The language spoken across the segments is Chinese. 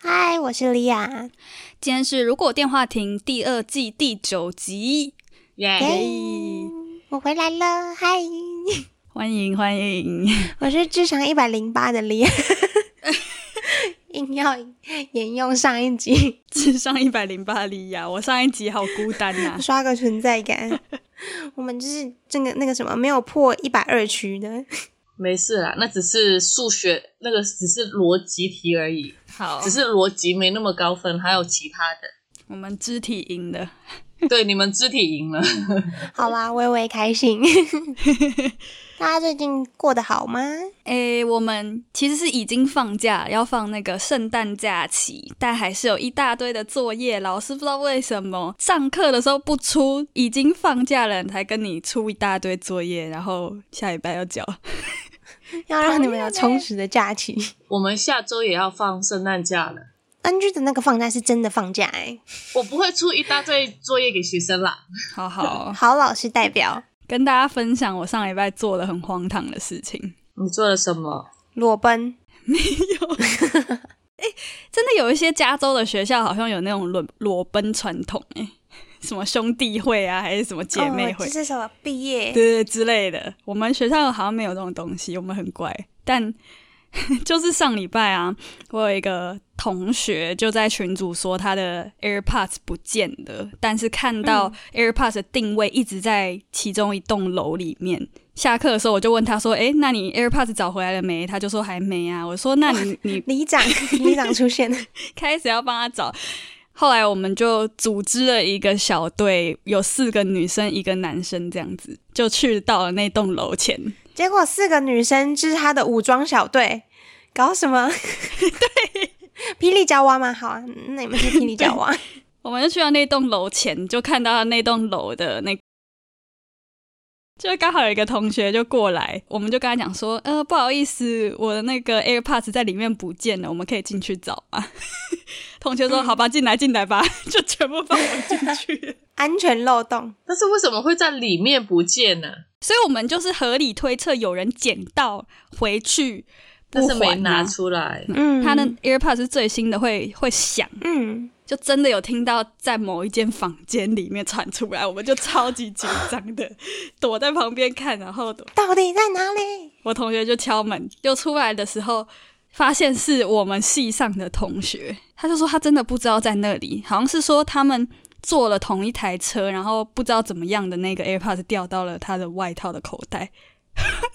嗨，我是莉亚。今天是《如果电话亭》第二季第九集，耶、耶！我回来了，嗨，欢迎欢迎。 我是智商一百零八的莉亚， 硬要沿用上一集。智商一百零八里亚，我上一集好孤单 呐、刷个存在感。 我们就是这个那个什么没有破一百二区的， 没事啦，那只是数学，那个只是逻辑题而已，好只，是逻辑没那么高分，还有其他 的。我们肢体赢的。对，你们肢体赢了，好啦，微微开心。 大家最近过得好吗？诶，我们其实是已经放假，要放那个圣诞假期，但还是有一大堆的作业。老师不知道为什么上课的时候不出，已经放假了才跟你出一大堆作业，然后下礼拜要交。要让你们有充实的假期。 我们下周也要放圣诞假了。 NG 的那个放假是真的放假哎、我不会出一大堆作业给学生啦。好好，好老师代表跟大家分享我上礼拜做的很荒唐的事情。你做了什么？裸奔，真的有一些加州的学校好像有那种裸裸奔传统、欸，什么兄弟会啊，还是什么姐妹会，哦就是什么毕业对对之类的。我们学校好像没有这种东西，我们很乖。但 就是上礼拜啊，我有一个同学就在群组说他的 AirPods 不见了，但是看到 AirPods 的定位一直在其中一栋楼里面。下课的时候我就问他说：“诶，那你 AirPods 找回来了没？”他就说还没啊。我说：“那你你里 长，里长出现了，开始要帮他找。后来我们就组织了一个小队，有四个女生，一个男生，这样子就去到了那栋楼前。结果四个女生是他的武装小队，搞什 么？对， 霹雳娇娃吗？好啊，那你们是霹雳娇 娃。我们就去到那栋楼前，就看到那栋楼的那，就刚好有一个同学就过来，我们就跟他讲说，呃，不好意思，我的那个 AirPods 在里面不见了，我们可以进去找吗？ 同学说，好吧，进来，进来吧， 就全部放我进去了。安全漏洞，但是为什么会在里面不见呢？所以我们就是合理推测有人捡到回去但不是没还拿啊。出来。嗯他的 AirPods 是最新的会，会响，嗯，就真的有听到在某一间房间里面传出来，我们就超级紧张的躲在旁边看，啊然后到底在哪里？我同学就敲门，就出来的时候发现是我们系上的同学，他就说他真的不知道在那里，好像是说他们坐了同一台车，然后不知道怎么样的那个 AirPods 掉到了他的外套的口袋，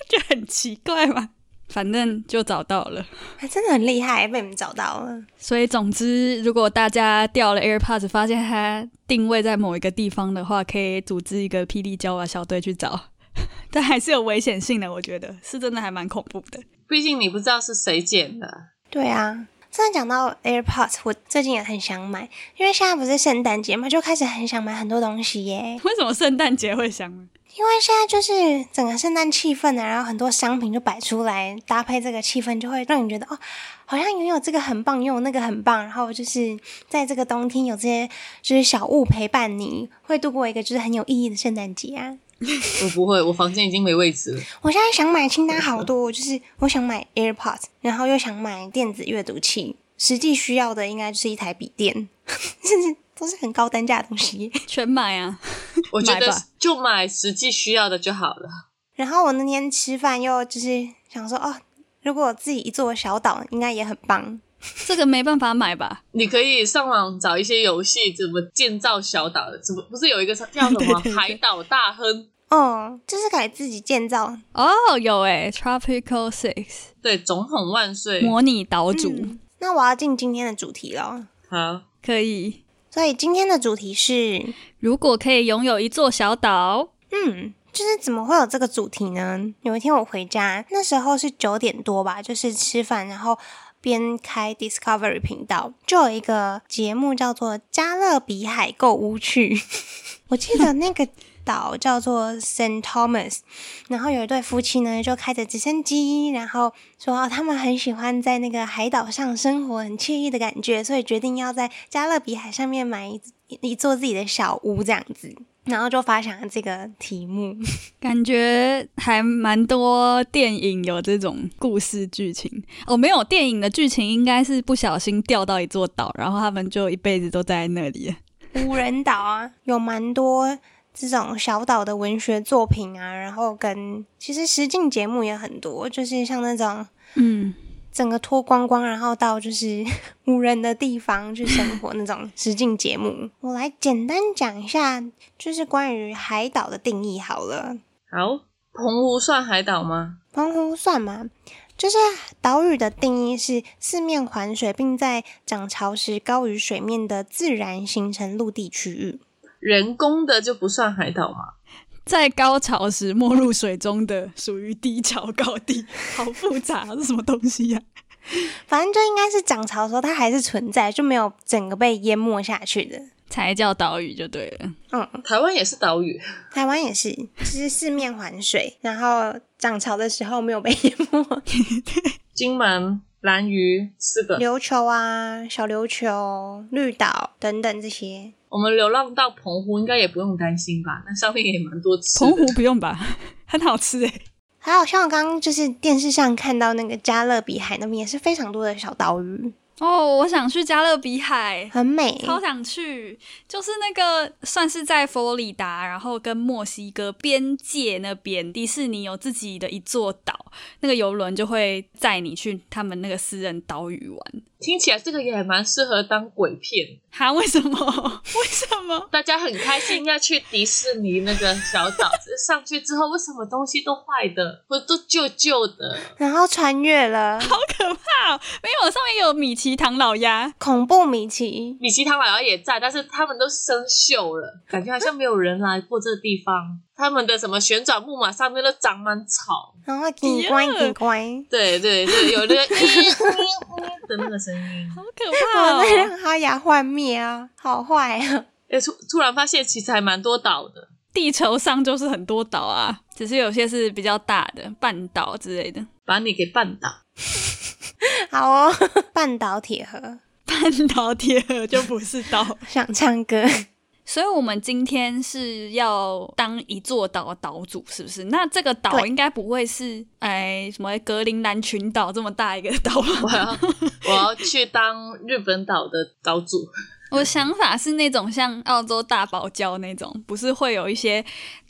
就很奇怪嘛。反正就找到了，还哎真的很厉害，被你们找到了。所以总之，如果大家掉了 AirPods，发现它定位在某一个地方的话，可以组织一个霹雳娇娃小队去找， 但还是有危险性的，我觉得是真的还蛮恐怖的。毕竟你不知道是谁捡的。对啊，真的讲到 AirPods，我最近也很想买，因为现在不是圣诞节嘛，就开始很想买很多东西耶。为什么圣诞节会想呢？因为现在就是整个圣诞气氛啊，然后很多商品就摆出来，搭配这个气氛，就会让你觉得哦，好像拥有这个很棒，拥有那个很棒。然后就是在这个冬天有这些就是小物陪伴你，会度过一个就是很有意义的圣诞节啊。我不会，我房间已经没位置了。我现在想买清单好多，就是我想买 AirPods，然后又想买电子阅读器，实际需要的应该就是一台笔电， 甚至都是很高单价的东西。全买啊！我觉买得吧就买实际需要的就好了。然后我那天吃饭又就是想说，哦，如果我自己一座小岛，应该也很棒。这个没办法买吧？你可以上网找一些游戏，怎么建造小岛的？怎么不是有一个叫什对么对对海岛大亨？哦，就是可以自己建造，哦、有诶 t r o p i c a l Six 对，总统万岁！模拟岛主、嗯那我要进今天的主题了。好，可以。所以今天的主题是，如果可以拥有一座小岛，嗯，就是怎么会有这个主题呢？有一天我回家，那时候是九点多吧，就是吃饭，然后边开 Discovery 频道，就有一个节目叫做《加勒比海购物区》， 我记得那个岛叫做 Saint Thomas，然后有一对夫妻呢就开着直升机，然后说、哦、他们很喜欢在那个海岛上生活，很惬意的感觉，所以决定要在加勒比海上面买一一座自己的小屋这样子。然后就发想了这个题目， 感觉还蛮多电影有这种故事剧情哦。没有电影的剧情应该是不小心掉到一座岛，然后他们就一辈子都在那里。无人岛啊，有蛮多这种小岛的文学作品啊，然后跟其实实境节目也很多，就是像那种嗯，整个脱光光，然后到就是 无人的地方去生活那种实境节目。我来简单讲一下，就是关于海岛的定义好了。好，澎湖算海岛吗？澎湖算吗？就是岛屿的定义是四面环水，并在涨潮时高于水面的自然形成陆地区域。人工的就不算海岛吗？在高潮时没入水中的属于低潮高地， 好复杂，这什么东西呀、反正就应该是涨潮的时候，它还是存在，就没有整个被淹没下去的。才叫岛屿就对了。嗯，台湾也是岛屿，台湾也是，就是四面环水，然后涨潮的时候没有被淹 没。金门、兰屿四个，琉球啊，小琉球、绿岛等等这些，我们流浪到澎湖应该也不用担心吧？那上面也蛮多吃澎湖的。不用吧， 很好吃欸诶、还有像我刚刚就是电视上看到那个加勒比海那边也是非常多的小岛屿，哦，我想去加勒比海，很美。超想去，就是那个算是在佛罗里达，然后跟墨西哥边界那边，迪士尼有自己的一座岛，那个游轮就会载你去他们那个私人岛屿玩。听起来这个也蛮适合当鬼片，哈？为什么？为什么？大家很开心要去迪士尼那个小岛，上去之后为什么东西都坏的，或者都旧旧的？然后穿越了好可怕、哦！没有，上面有米奇唐老鸭，恐怖米奇，米奇唐老鸭也在，但是他们都生锈了，感觉好像没有人来过这地方。他们的什么旋转木马上面都长满草，然后给乖给乖，对对对，有那个的那个声音。好可 怕、哇，那哦！让哈牙幻灭啊，好坏啊！哎、突突然发现其实还蛮多岛的，地球上就是很多岛啊，只是有些是比较大的半岛之类的。把你给绊倒。好哦， 半岛铁盒半岛铁盒就不是岛。想唱歌，所以我们今天是要当一座岛的岛主，是不是？那这个岛对应该不会是哎什么格陵兰群岛这么大一个岛 我吧？要我要去当日本岛的岛主，我想法是那种像澳洲大堡礁那种，不是会有一些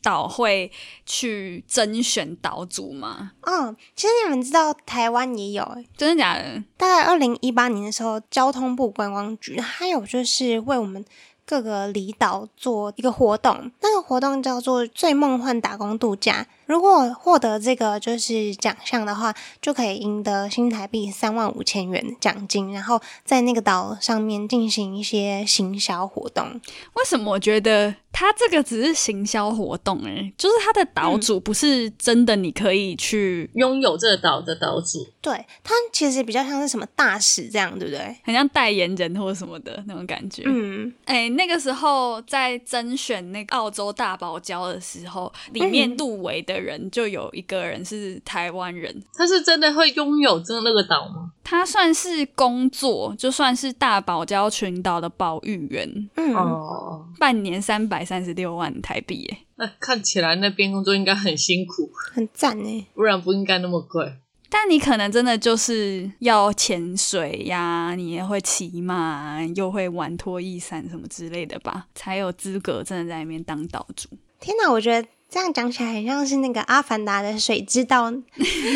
岛会去甄选岛主吗？嗯，其实你们知道台湾也有、欸，真的假的？大概二零一八年的时候，交通部观光局它有就是为我们各个离岛做一个活动，那个活动叫做“最梦幻打工度假”。如果获得这个就是奖项的话，就可以赢得新台币三万五千元的奖金，然后在那个岛上面进行一些行销活动。为什么我觉得它这个只是行销活动、欸？哎，就是它的岛主不是真的，你可以去，拥有这个岛的岛主。对，它其实比较像是什么大使这样，对不对？很像代言人或什么的那种感觉。嗯，哎、那个时候在甄选那个澳洲大堡礁的时候，里面入围的人就有一个人是台湾人，他是真的会拥有这那个岛吗？他算是工作，就算是大堡礁群岛的保育员，嗯，哦，半年三百三十六万台币耶。那看起来那边工作应该很辛苦，很赞欸呢。不然不应该那么贵。但你可能真的就是要潜水呀，你也会骑马，又会玩拖曳伞什么之类的吧，才有资格真的在那边当岛主。天哪，我觉得这样讲起来很像是那个《阿凡达》的水之道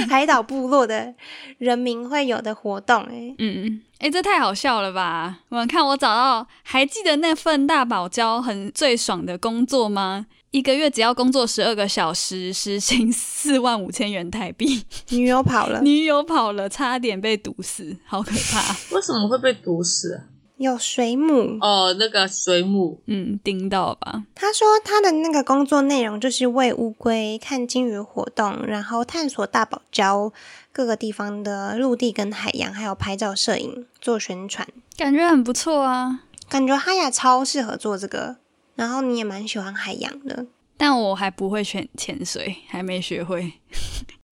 海岛部落的人民会有的活动哎。嗯，哎、这太好笑了吧！我们看我找到，还记得那份大堡礁很最爽的工作吗？一个月只要工作十二个小时，时薪四万五千元台 币。女友跑了， 女友跑了，差点被毒死，好可怕！为什么会被毒死、啊？有水母。哦，那个水母，嗯，盯到吧，他说他的那个工作内容就是为乌龟看鲸鱼活动，然后探索大堡礁各个地方的陆地跟海洋，还有拍照摄影做宣传。感觉很不错啊。感觉哈雅超适合做这个，然后你也蛮喜欢海洋的。但我还不会潜潜水，还没学会。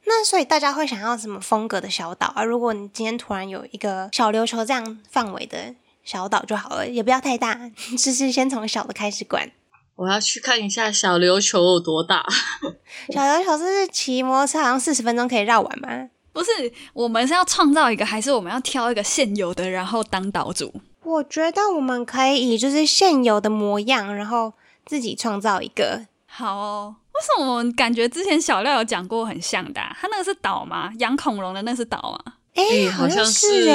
那所以大家会想要什么风格的小岛啊？如果你今天突然有一个小琉球这样范围的小岛就好了，也不要太大， 就是先从小的开始管。我要去看一下小琉球有多大。 小琉球是骑摩托车好像四十分钟可以绕完吗？不是，我们是要创造一个，还是我们要挑一个现有的，然后当岛主？我觉得我们可以以就是现有的模样，然后自己创造一个。好哦。为什么我感觉之前小廖有讲过很像的、啊？他那个是岛吗？养恐龙的那是岛吗？哎、哎好好像像是是哎、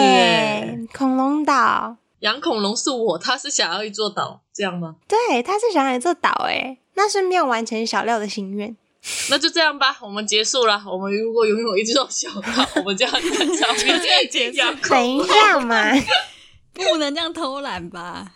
耶恐龙岛，养恐龙是我，他是想要一座岛，这样吗？对，它是想来这岛哎、那顺便完成小廖的心愿。那就这样吧，我们结束了。我们如果拥有一座小岛，我们就要在上面结束养恐等一下嘛，不能这样偷懒吧？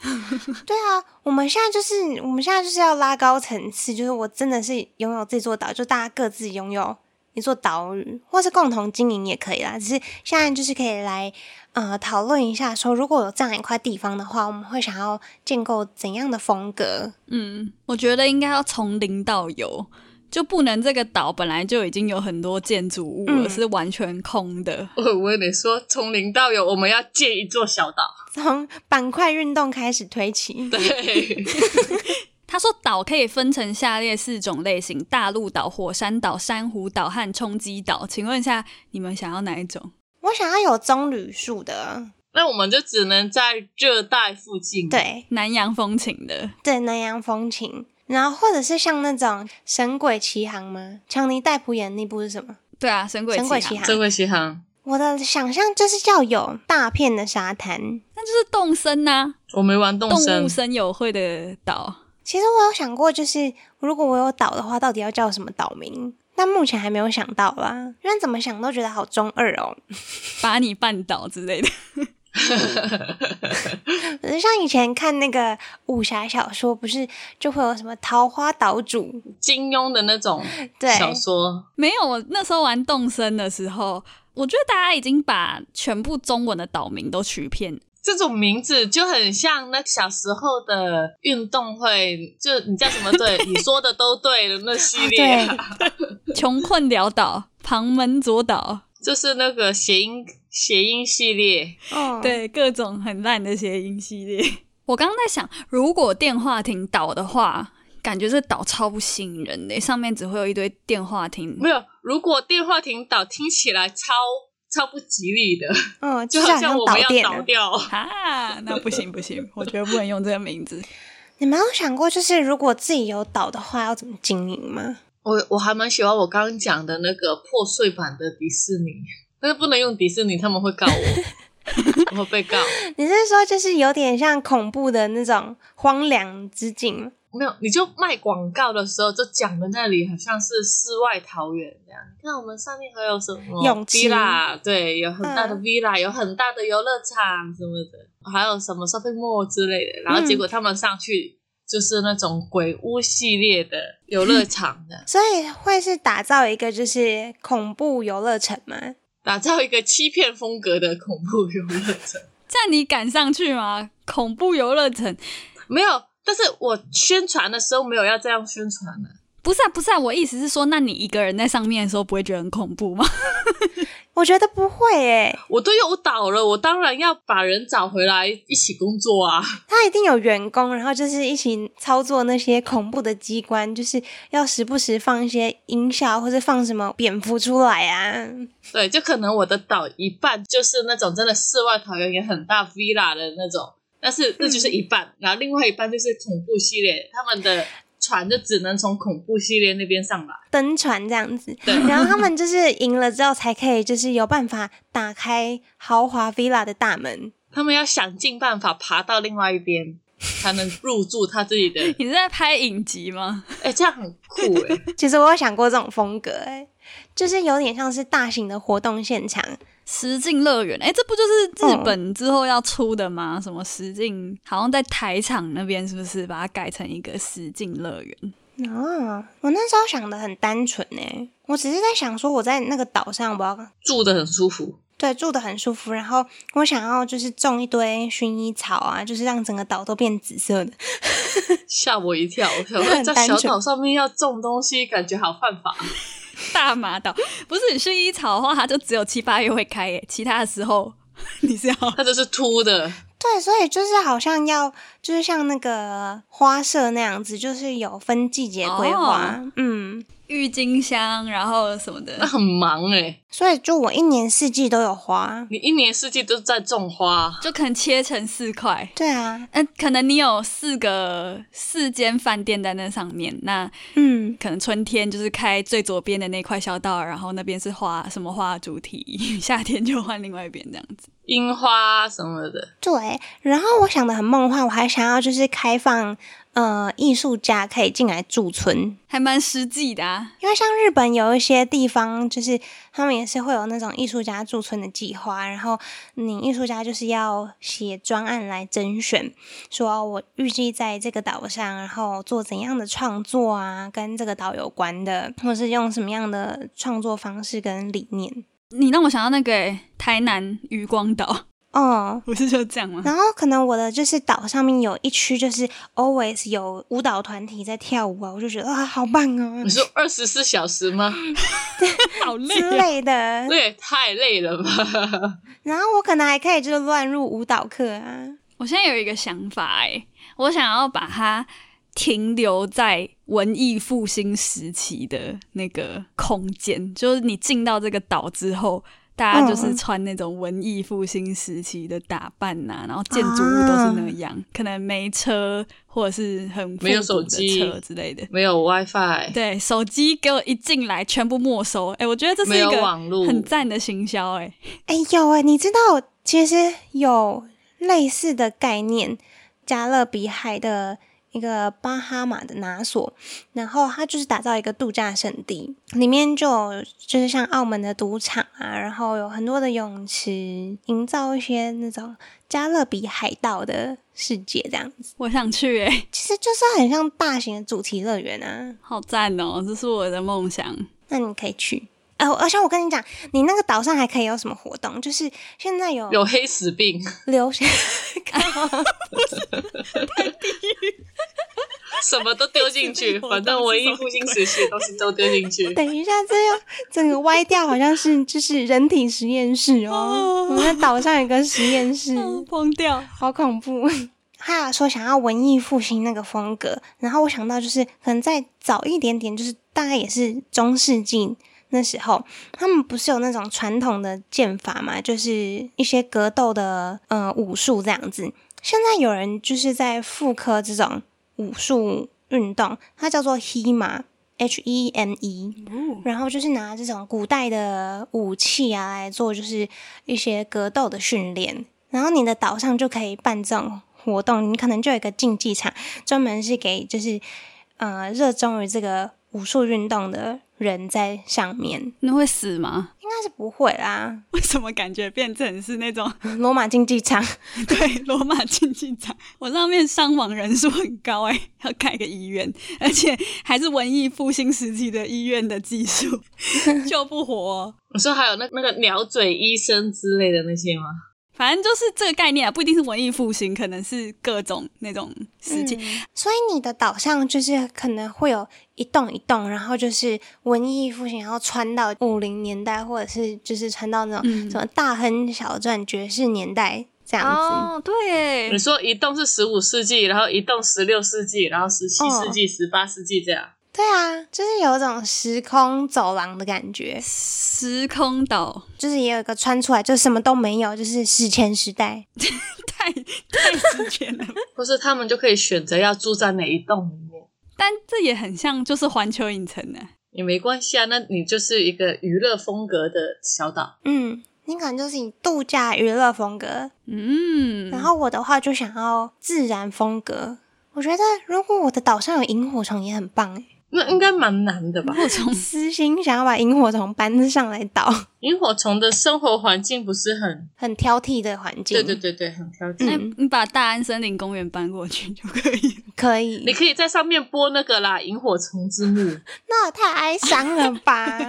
对啊，我们现在就是我们现在就是要拉高层次，就是我真的是拥有这座岛，就大家各自拥有一座岛屿，或是共同经营也可以啦。只是现在就是可以来呃讨论一下说如果有这样一块地方的话，我们会想要建构怎样的风格？嗯， 我觉得应该要从零到有，就不能这个岛本来就已经有很多建筑物了，嗯是完全空的。我我跟你说，从零到有，我们要建一座小岛。从板块运动开始推起。对，他说岛可以分成下列四种类型：大陆岛、火山岛、珊瑚岛和冲击岛。请问一下，你们想要哪一种？我想要有棕榈树的， 那我们就只能在热带附近。，对南洋风情的，对，南洋风情。然后或者是像那种《神鬼奇航》吗？强尼戴普演那部是什么？对啊，神鬼神鬼奇奇航航，这位西航，我的想象就是要有大片的沙滩。那就是动森呐、我没玩动动森物，森友会的岛。其实我有想过，就是如果我有岛的话，到底要叫什么岛名？但目前还没有想到啦，因为怎么想都觉得好中二哦。 把你绊倒之类的。 可是像以前看那个武侠小说，不是就会有什么桃花岛主？金庸的那种对小说，没有，我那时候玩动森的时候，我觉得大家已经把全部中文的岛名都取遍。这种名字就很像那小时候的运动会，就你叫什么队，你说的都对的那系 列 啊、 穷困潦倒、旁门左倒，就是那个谐音谐音系列。哦，，对各种很烂的谐音系列。 我刚刚在想，如果电话亭倒的话，感觉这岛超不吸引人的，上面只会有一堆电话亭。 没有，如果电话亭倒，听起来超超不吉利的，嗯，就好好像我导们要电倒了。掉。啊，那不行不行，我觉得不能用这个名字。你们有想过，就是如果自己有岛的话，要怎么经营吗？ 我我还蛮喜欢我刚刚讲的那个破碎版的迪士尼，但是不能用迪士尼，他们会告我，我会被告。你是说就是有点像恐怖的那种荒凉之境吗？没有，你就卖广告的时候就讲的那里好像是世外桃源这样。你看我们上面还有什么泳池 villa，对，有很大的嗯 villa，、有很大的游乐场什么的，还有什么 shopping mall 之类的。然后结果他们上去就是那种鬼屋系列的游乐场的，所以会是打造一个就是恐怖游乐城吗？打造一个欺骗风格的恐怖游乐场。这样你敢上去吗？恐怖游乐城 没有，但是我宣传的时候没有要这样宣传的、不是啊，不是啊，我意思是说，那你一个人在上面的时候，不会觉得很恐怖吗？ 我觉得不会诶、我都有倒了，我当然要把人找回来一起工作啊。他一定有员工，然后就是一起操作那些恐怖的机关，就是要时不时放一些音效或者放什么蝙蝠出来啊。对，就可能我的岛一半就是那种真的世外桃源也很大 villa 的那种，但是那嗯就是一半，然后另外一半就是恐怖系列，他们的船就只能从恐怖系列那边上来。登船这样子，对然后他们就是赢了之后才可以，就是有办法打开豪华 villa 的大门。他们要想尽办法爬到另外一边，才能入住他自己的。 你是在拍影集吗？哎、这样很酷哎、其实我有想过这种风格、欸，就是有点像是大型的活动现场，石境乐园，哎，这不就是日本之后要出的吗？什么石境，好像在台场那边是不是把它改成一个石境乐园？ 啊，我那时候想的很单纯呢、我只是在想说我在那个岛上，我要住的很舒服。对住的很舒服，然后我想要就是种一堆薰衣草啊，就是让整个岛都变紫色的。吓我一跳！我想很说在单小纯岛上面要种东西，感觉好犯法。大马岛不是薰衣草的话，它就只有七八月会开耶，其他的时候 你是要它就是秃的，对，所以就是好像要就是像那个花社那样子，就是有分季节规划。嗯，郁金香，然后什么那的。很忙哎、所以就我一年四季都有花。你一年四季都在种花，就可能切成四块，对啊，嗯，可能你有四个四间饭店在那上面，那嗯，可能春天就是开最左边的那块小岛，然后那边是花什么花的主题，夏天就换另外一边这样子。樱花什么的。对。然后我想的很梦幻，我还想要就是开放呃艺术家可以进来驻村，还蛮实际的啊，因为像日本有一些地方，就是他们也是会有那种艺术家驻村的计划，然后你艺术家就是要写专案来甄选，说哦我预计在这个岛上，然后做怎样的创作啊，跟这个岛有关的，或是用什么样的创作方式跟理念你让我想到那个欸台南渔光岛，哦。不是就这样吗？然后可能我的就是岛上面有一区就是 always 有舞蹈团体在跳舞啊，我就觉得啊好棒 啊你说二十四小时 吗？ 好累啊之类的，那也太累了吧！ 然后我可能还可以就是乱入舞蹈课啊，我现在有一个想法、欸，我想要把它停留在文艺复兴时期的那个空间，就是你进到这个岛之后。大家就是嗯穿那种文艺复兴时期的打扮呐、然后建筑物都是那嗯样，可能没车或者是很复古没有手的机车之类的。没有 WiFi，对，手机给我一进来全部没收，哎、我觉得这是没一有个网络，很赞的行销、哎，哎有哎、你知道其实有类似的概念，加勒比海的一个巴哈马的拿索，然后它就是打造一个度假胜地，里面就有就是像澳门的赌场啊，然后有很多的泳池，营造一些那种加勒比海盗的世界这样子，我想去、哎，其实就是很像大型的主题乐园啊。好赞哦、这是我的梦想。那你可以去。呃，而且我跟你讲，你那个岛上还可以有什么活动？就是现在有有黑死 病，流行， 啊什么都丢进去，黑死病反正文艺复兴时期的东西都丢进去。等一下这样整个歪掉，好像是就是人体实验室哦。我们在岛上有一个实验 室，嗯，疯掉！好恐 怖。还有说想要文艺复兴那个风格，然后我想到就是可能再早一点点，就是大概也是中世纪那时候，他们不是有那种传统的剑法嘛，就是一些格斗的呃武术这样子。现在有人就是在复刻这种武术运动，它叫做 HEMA。H E M E，然后就是拿这种古代的武器啊来做，就是一些格斗的训练。然后你的岛上就可以办这种活动，你可能就有一个竞技场，专门是给就是呃热衷于这个武术运动的人在上面，应那会死吗？该是不会 啦。 为什么感觉变成是那种 罗马竞技场，对罗马竞技场？ 我上面伤亡人数很高哎、要盖个医院，而且还是文艺复兴时期的医院的技术， 救不活哦、我说还有那那个鸟嘴医生之类的那些吗？反正就是这个概念啊，不一定是文艺复兴，可能是各种那种时期。所以你的岛上就是可能会有一栋一栋，然后就是文艺复兴，然后穿到五零年代，或者是就是穿到那种嗯什么大亨小传、爵士年代这样子。哦，对你耶，说一栋是十五世纪，然后一栋十六世纪，然后十七世哦纪、十八世纪这样。对啊，就是有一种时空走廊的感觉，时空岛就是也有一个穿出来就什么都没有，就是史前时代。 太太值钱了，或是他们就可以选择要住在哪一栋里面， 但这也很像就是环球影城呢、也没关系啊。那你就是一个娱乐风格的小岛，嗯，你可能就是以度假娱乐风格，嗯，然后我的话就想要自然风格。我觉得如果我的岛上有萤火虫也很棒欸那应该蛮难的吧？萤火虫私心想要把萤火虫搬上来岛， 萤火虫的生活环境不是很，很挑剔的环境。对对对对，很挑剔。那嗯你把大安森林公园搬过去就可以。可你以。可以在上面播那个啦，《萤火虫之墓》那也太哀伤了吧？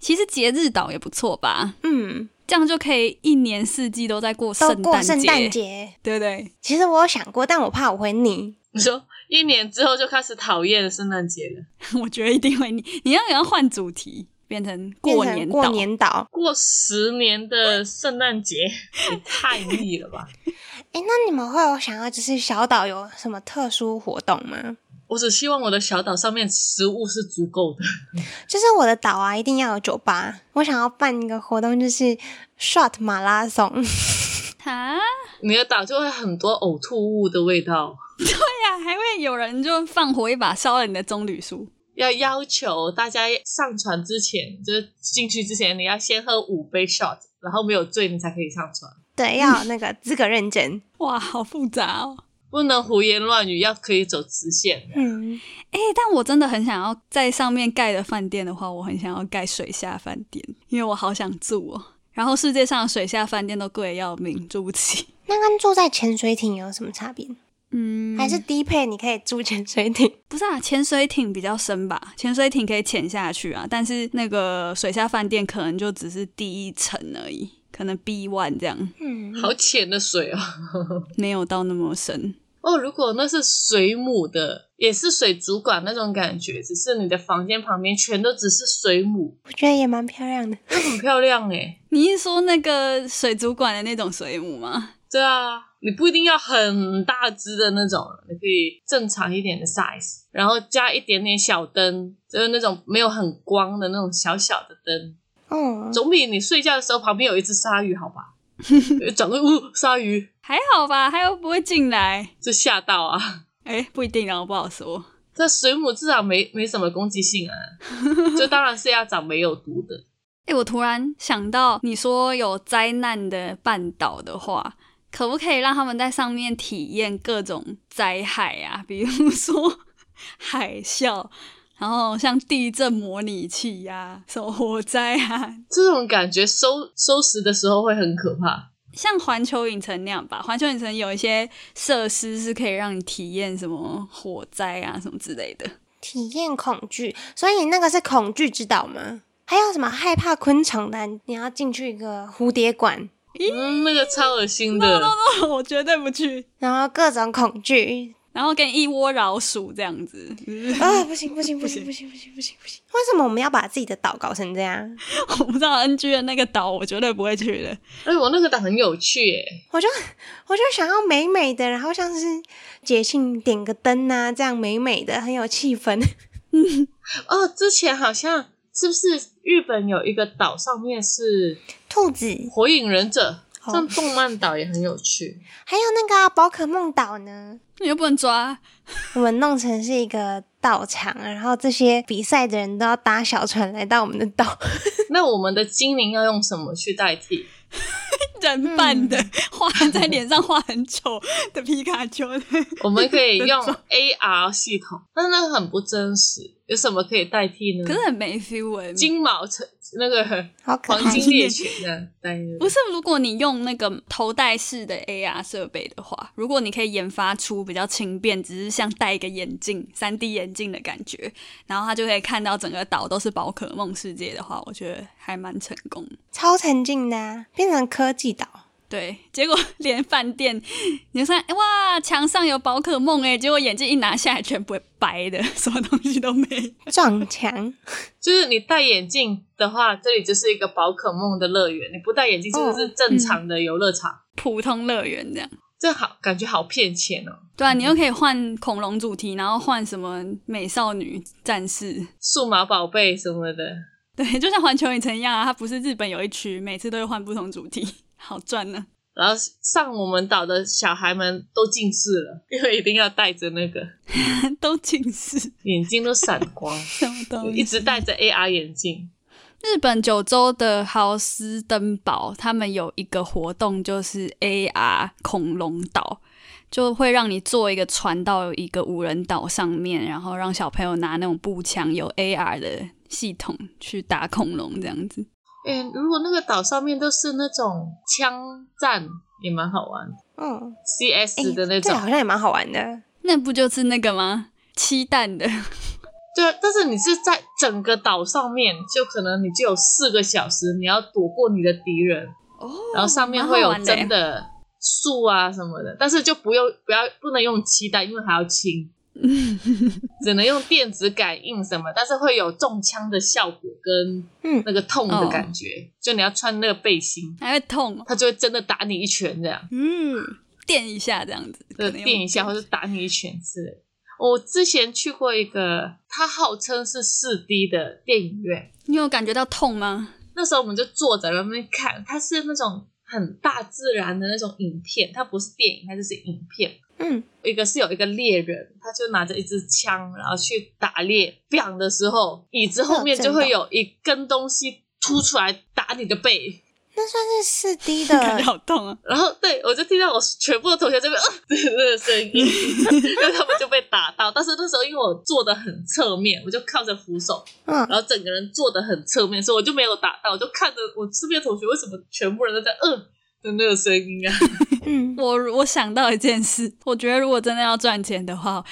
其实节日岛也不错吧，嗯，这样就可以一年四季都在过都圣过诞圣诞节，节。对不对？ 其实我有想过，但我怕我会腻。你说一年之后就开始讨厌圣诞节了，我觉得一定会你，你要要换主题，变成过变年成岛过年岛。过十年的圣诞节 也太腻了吧？哎，那你们会有想要就是小岛有什么特殊活动吗？我只希望我的小岛上面食物是足够的。就是我的岛啊，一定要有酒吧。我想要办一个活动，就是 shot 马拉松。 啊，你的岛就会很多呕吐物的味道。对呀、还会有人就放火一把烧了你的棕榈树，要要求大家上船之前，就是进去之前，你要先喝五杯 shot，然后没有醉你才可以上船，对，要有那个资格认证。哇，好复杂哦。不能胡言乱语，要可以走直线。 嗯，哎、但我真的很想要在上面盖的饭店的话，我很想要盖水下饭店，因为我好想住哦。然后世界上的水下饭店都贵得要命，住不起。那跟住在潜水艇有什么差别？嗯，还是低配你可以住潜水艇？不是啊？潜水艇比较深吧，潜水艇可以潜下去啊，但是那个水下饭店可能就只是第一层而已，可能 B one 这样，嗯，好浅的水哦！没有到那么深。哦，如果那是水母的，也是水族馆那种感觉，只是你的房间旁边全都只是水母，我觉得也蛮漂亮的。那很漂亮欸诶。你是说那个水族馆的那种水母吗？对啊，你不一定要很大只的那种，你可以正常一点的 size，然后加一点点小灯，就是那种没有很光的那种小小的灯，嗯，总比你睡觉的时候旁边有一只鲨鱼好吧？转过去，呜、鲨鱼，还好吧，它又不会进来。这吓到啊！哎、不一定啊，我不好说。这水母至少没没什么攻击性啊，就当然是要找没有毒的。哎、我突然想到，你说有灾难的半岛的话，可不可以让他们在上面体验各种灾害啊？比如说海啸，然后像地震模拟器呀、什么火灾啊，这种感觉收收拾的时候会很可怕。 像环球影城那样吧。环球影城有一些设施是可以让你体验什么火灾啊、什么之类的。 体验恐惧，所以那个是恐惧之岛吗？还有什么害怕昆虫的？你要进去一个蝴蝶馆，嗯，那个超恶心的。我绝对不去。然后各种恐 惧。然后给你一窝老鼠这样子， 啊，不行不行不行不行不行不行不行！为什么我们要把自己的岛搞成这样？我不知道 NG 的那个岛，我绝对不会去的。哎、我那个岛很有趣耶，我就 我就想要美美的，然后像是节庆点个灯啊，这样美美的，很有气氛。 哦，之前好像是不是日本有一个岛上面是兔子，火影忍者，哦像动漫岛也很有趣。 还有那个啊宝、可梦岛呢，你又不能抓，我们弄成是一个道场，然后这些比赛的人都要搭小船来到我们的岛。 那我们的精灵要用什么去代替？人扮的、画在脸上画很丑的皮卡丘的，我们可以用 AR 系统，但是那个很不真实，有什么可以代替呢 可？是很没 feel 哎、金毛成那个好可黄爱！金猎犬这样代替不是，如果你用那个头戴式的 AR 设备的话，如果你可以研发出比较轻便，只是像戴一个眼镜、三 D 眼镜的感觉，然后它就可以看到整个岛都是宝可梦世界的话，我觉得还蛮成功的。超沉浸的、啊，变成科技岛。对，结果连饭店，你就说哎哇，墙上有宝可梦哎，结果眼镜一拿下来，全部白的，什么东西都没有。撞 墙，就是你戴眼镜的话，这里就是一个宝可梦的乐园；你不戴眼镜，就是正常的游乐场。普通乐园这样。这好感觉好骗钱哦！对啊，你又可以换恐龙主题，然后换什么美少女战士，数码宝贝什么的，对，就像环球影城一样啊，它不是日本有一区，每次都会换不同主题，好赚啊呢。然后上我们岛的小孩们都近视了， 因为一定要戴着那个， 都近视，眼睛都闪光，什么东一西？直戴着 AR 眼镜。日本九州的豪斯登堡，他们有一个活动，就是 AR 恐龙岛，就会让你坐一个船到一个无人岛上面，然后让小朋友拿那种步枪有 AR 的系统去打恐龙这样子。哎、如果那个岛上面都是那种枪战，也蛮好玩嗯，哎，CS 的那对，种。好像也蛮好玩的。那不就是那个吗？七蛋的， 对啊，但是你是在整个岛上面，就可能你就有四个小时，你要躲过你的敌人，哦然后上面会有真的树啊什么的，但是就不用不要不能用期待，因为还要轻，只能用电子感应什么，但是会有中枪的效果跟嗯，那个痛的感觉，就你要穿那个背心，还会痛哦，他就会真的打你一拳这样。嗯，电一下这样子，对，可能用电一下或者打你一拳之类的。我之前去过一个，它号称是四 D 的电影院，你有感觉到痛吗？那时候我们就坐在那边看，它是那种很大自然的那种影片，它不是电影，它就是影片。嗯，一个是有一个猎人，他就拿着一支枪，然后去打猎。砰的时候，椅子哦后面就会有一根东西凸出来打你的背，那算是四 D 感觉的，好痛啊！然后对我就听到我全部的同学这边 啊的声音， 因为他们就被打到。但是那时候因为我坐的很侧面，我就靠着扶手，嗯然后整个人坐的很侧面，所以我就没有打到。我就看着我身边的同学，为什么全部人都在嗯、的那个声音啊？嗯，我我想到一件事，我觉得如果真的要赚钱的话，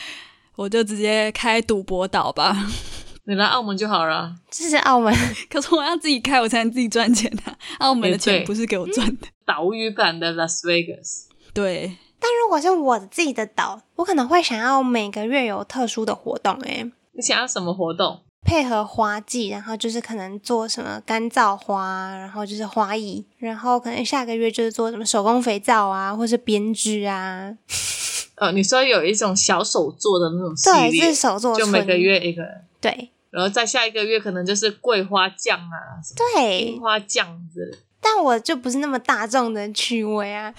我就直接开赌博岛吧。 你来澳门就好了。这是澳门，可是我要自己开，我才能自己赚钱啊！澳门的也钱对不是给我赚的。岛屿版的 Las Vegas，对，但如果是我自己的岛，我可能会想要每个月有特殊的活动、欸，你想要什么活动？配合花季，然后就是可能做什么干燥花，然后就是花艺，然后可能下个月就是做什么手工肥皂啊，或是编织啊，呃，你说有一种小手做的那种系对，列是，手做就春，每个月一个，对然后再下一个月可能就是桂花酱啊，什么对樱，花酱之类的。但我就不是那么大众的趣味啊，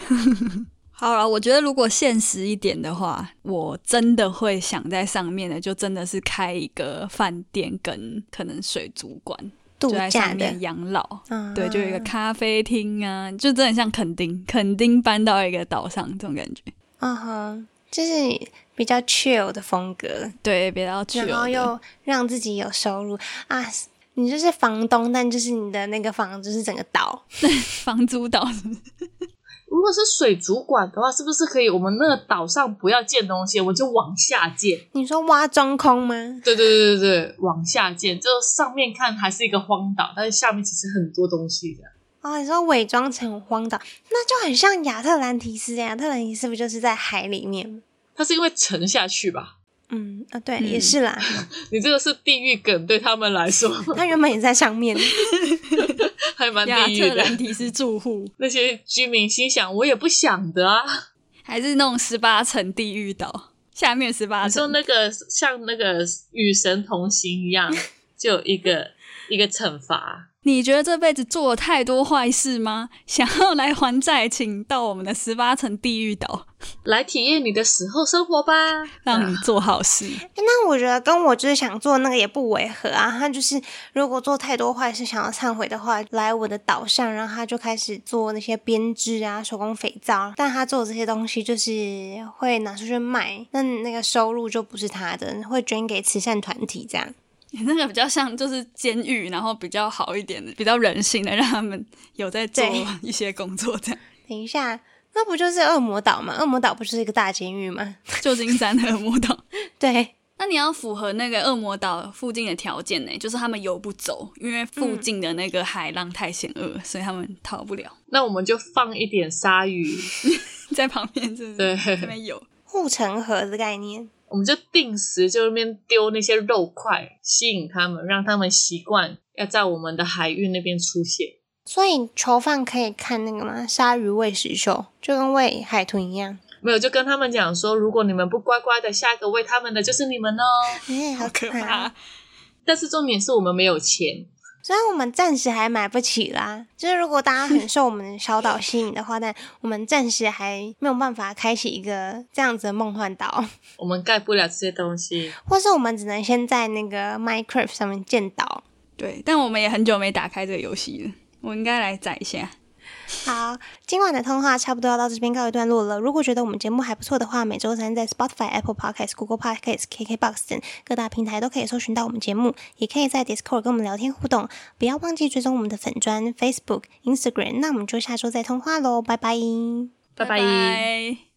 好了，我觉得如果现实一点的话，我真的会想在上面的，就真的是开一个饭店跟可能水族馆，度就在假上的面，养老。啊对，就有一个嗯咖啡厅啊，就真的像垦丁，垦丁搬到一个岛上这种感觉。啊哈，就是比较 chill 的风格，对，别到去然后了。又让自己有收入啊。你就是房东，但就是你的那个房就是整个岛，房租岛是不是？如果是水族馆的话，是不是可以？我们那个岛上不要建东西，我们就往下建。你说挖中空吗？对对对对对，往下建，就上面看还是一个荒岛，但是下面其实很多东西的。哦，你说伪装成荒岛，那就很像亚特兰提斯耶。亚特兰提斯不就是在海里面吗？它是因为沉下去吧？ 嗯，啊，对，嗯也是啦。你这个是地狱梗，对他们来说 它原本也在上面。还蛮亚地狱特的。兰提斯住户， 那些居民心想，我也不想的啊。 还是那种十八层地狱岛，下面十八你说层。那个像那个与神同行一样， 就有一个一个惩罚。你觉得这辈子做了太多坏事吗？想要来还债，请到我们的十八层地狱岛，来体验你的死后生活吧，让你做好事。啊那我觉得跟我就是想做那个也不违和啊。他就是如果做太多坏事，想要忏悔的话，来我的岛上，然后他就开始做那些编织啊、手工肥皂。但他做这些东西就是会拿出去卖，那那个收入就不是他的，会捐给慈善团体这样。你 那个比较像就是监狱，然后比较好一点的，比较人性的，让他们有在做对一些工作。这样，等一下，那不就是恶魔岛吗？恶魔岛不就是一个大监狱吗？ 旧金山的恶魔岛。对，那你要符合那个恶魔岛附近的条件呢，就是他们游不走，因为附近的那个海浪太险恶，所以他们逃不了， 那我们就放一点鲨鱼，在旁边就是对那边有。护城河的概念。我们就定时就在那边丢那些肉块，吸引他们，让他们习惯要在我们的海域那边出现。所以囚犯可以看那个吗？鲨鱼喂食秀，就跟喂海豚一样。没有，就跟他们讲说，如果你们不乖乖的，下一个喂他们的就是你们哦。哎、好好可怕！！但是重点是我们没有钱，虽然我们暂时还买不起啦，就是如果大家很受我们小岛吸引的话，但我们暂时还没有办法开启一个这样子的梦幻岛，我们盖不了这些东西。或是我们只能先在那个 Minecraft 上面建岛。对，但我们也很久没打开这个游戏了，我应该来载一下。好，今晚的通话差不多要到这边告一段落了。如果觉得我们节目还不错的话，每周三在 Spotify、Apple Podcasts、Google Podcasts、KKBox 等各大平台都可以搜寻到我们节目，也可以在 Discord 跟我们聊天互动。不要忘记追踪我们的粉砖、Facebook、Instagram。那我们就下周再通话喽，拜拜。拜拜。拜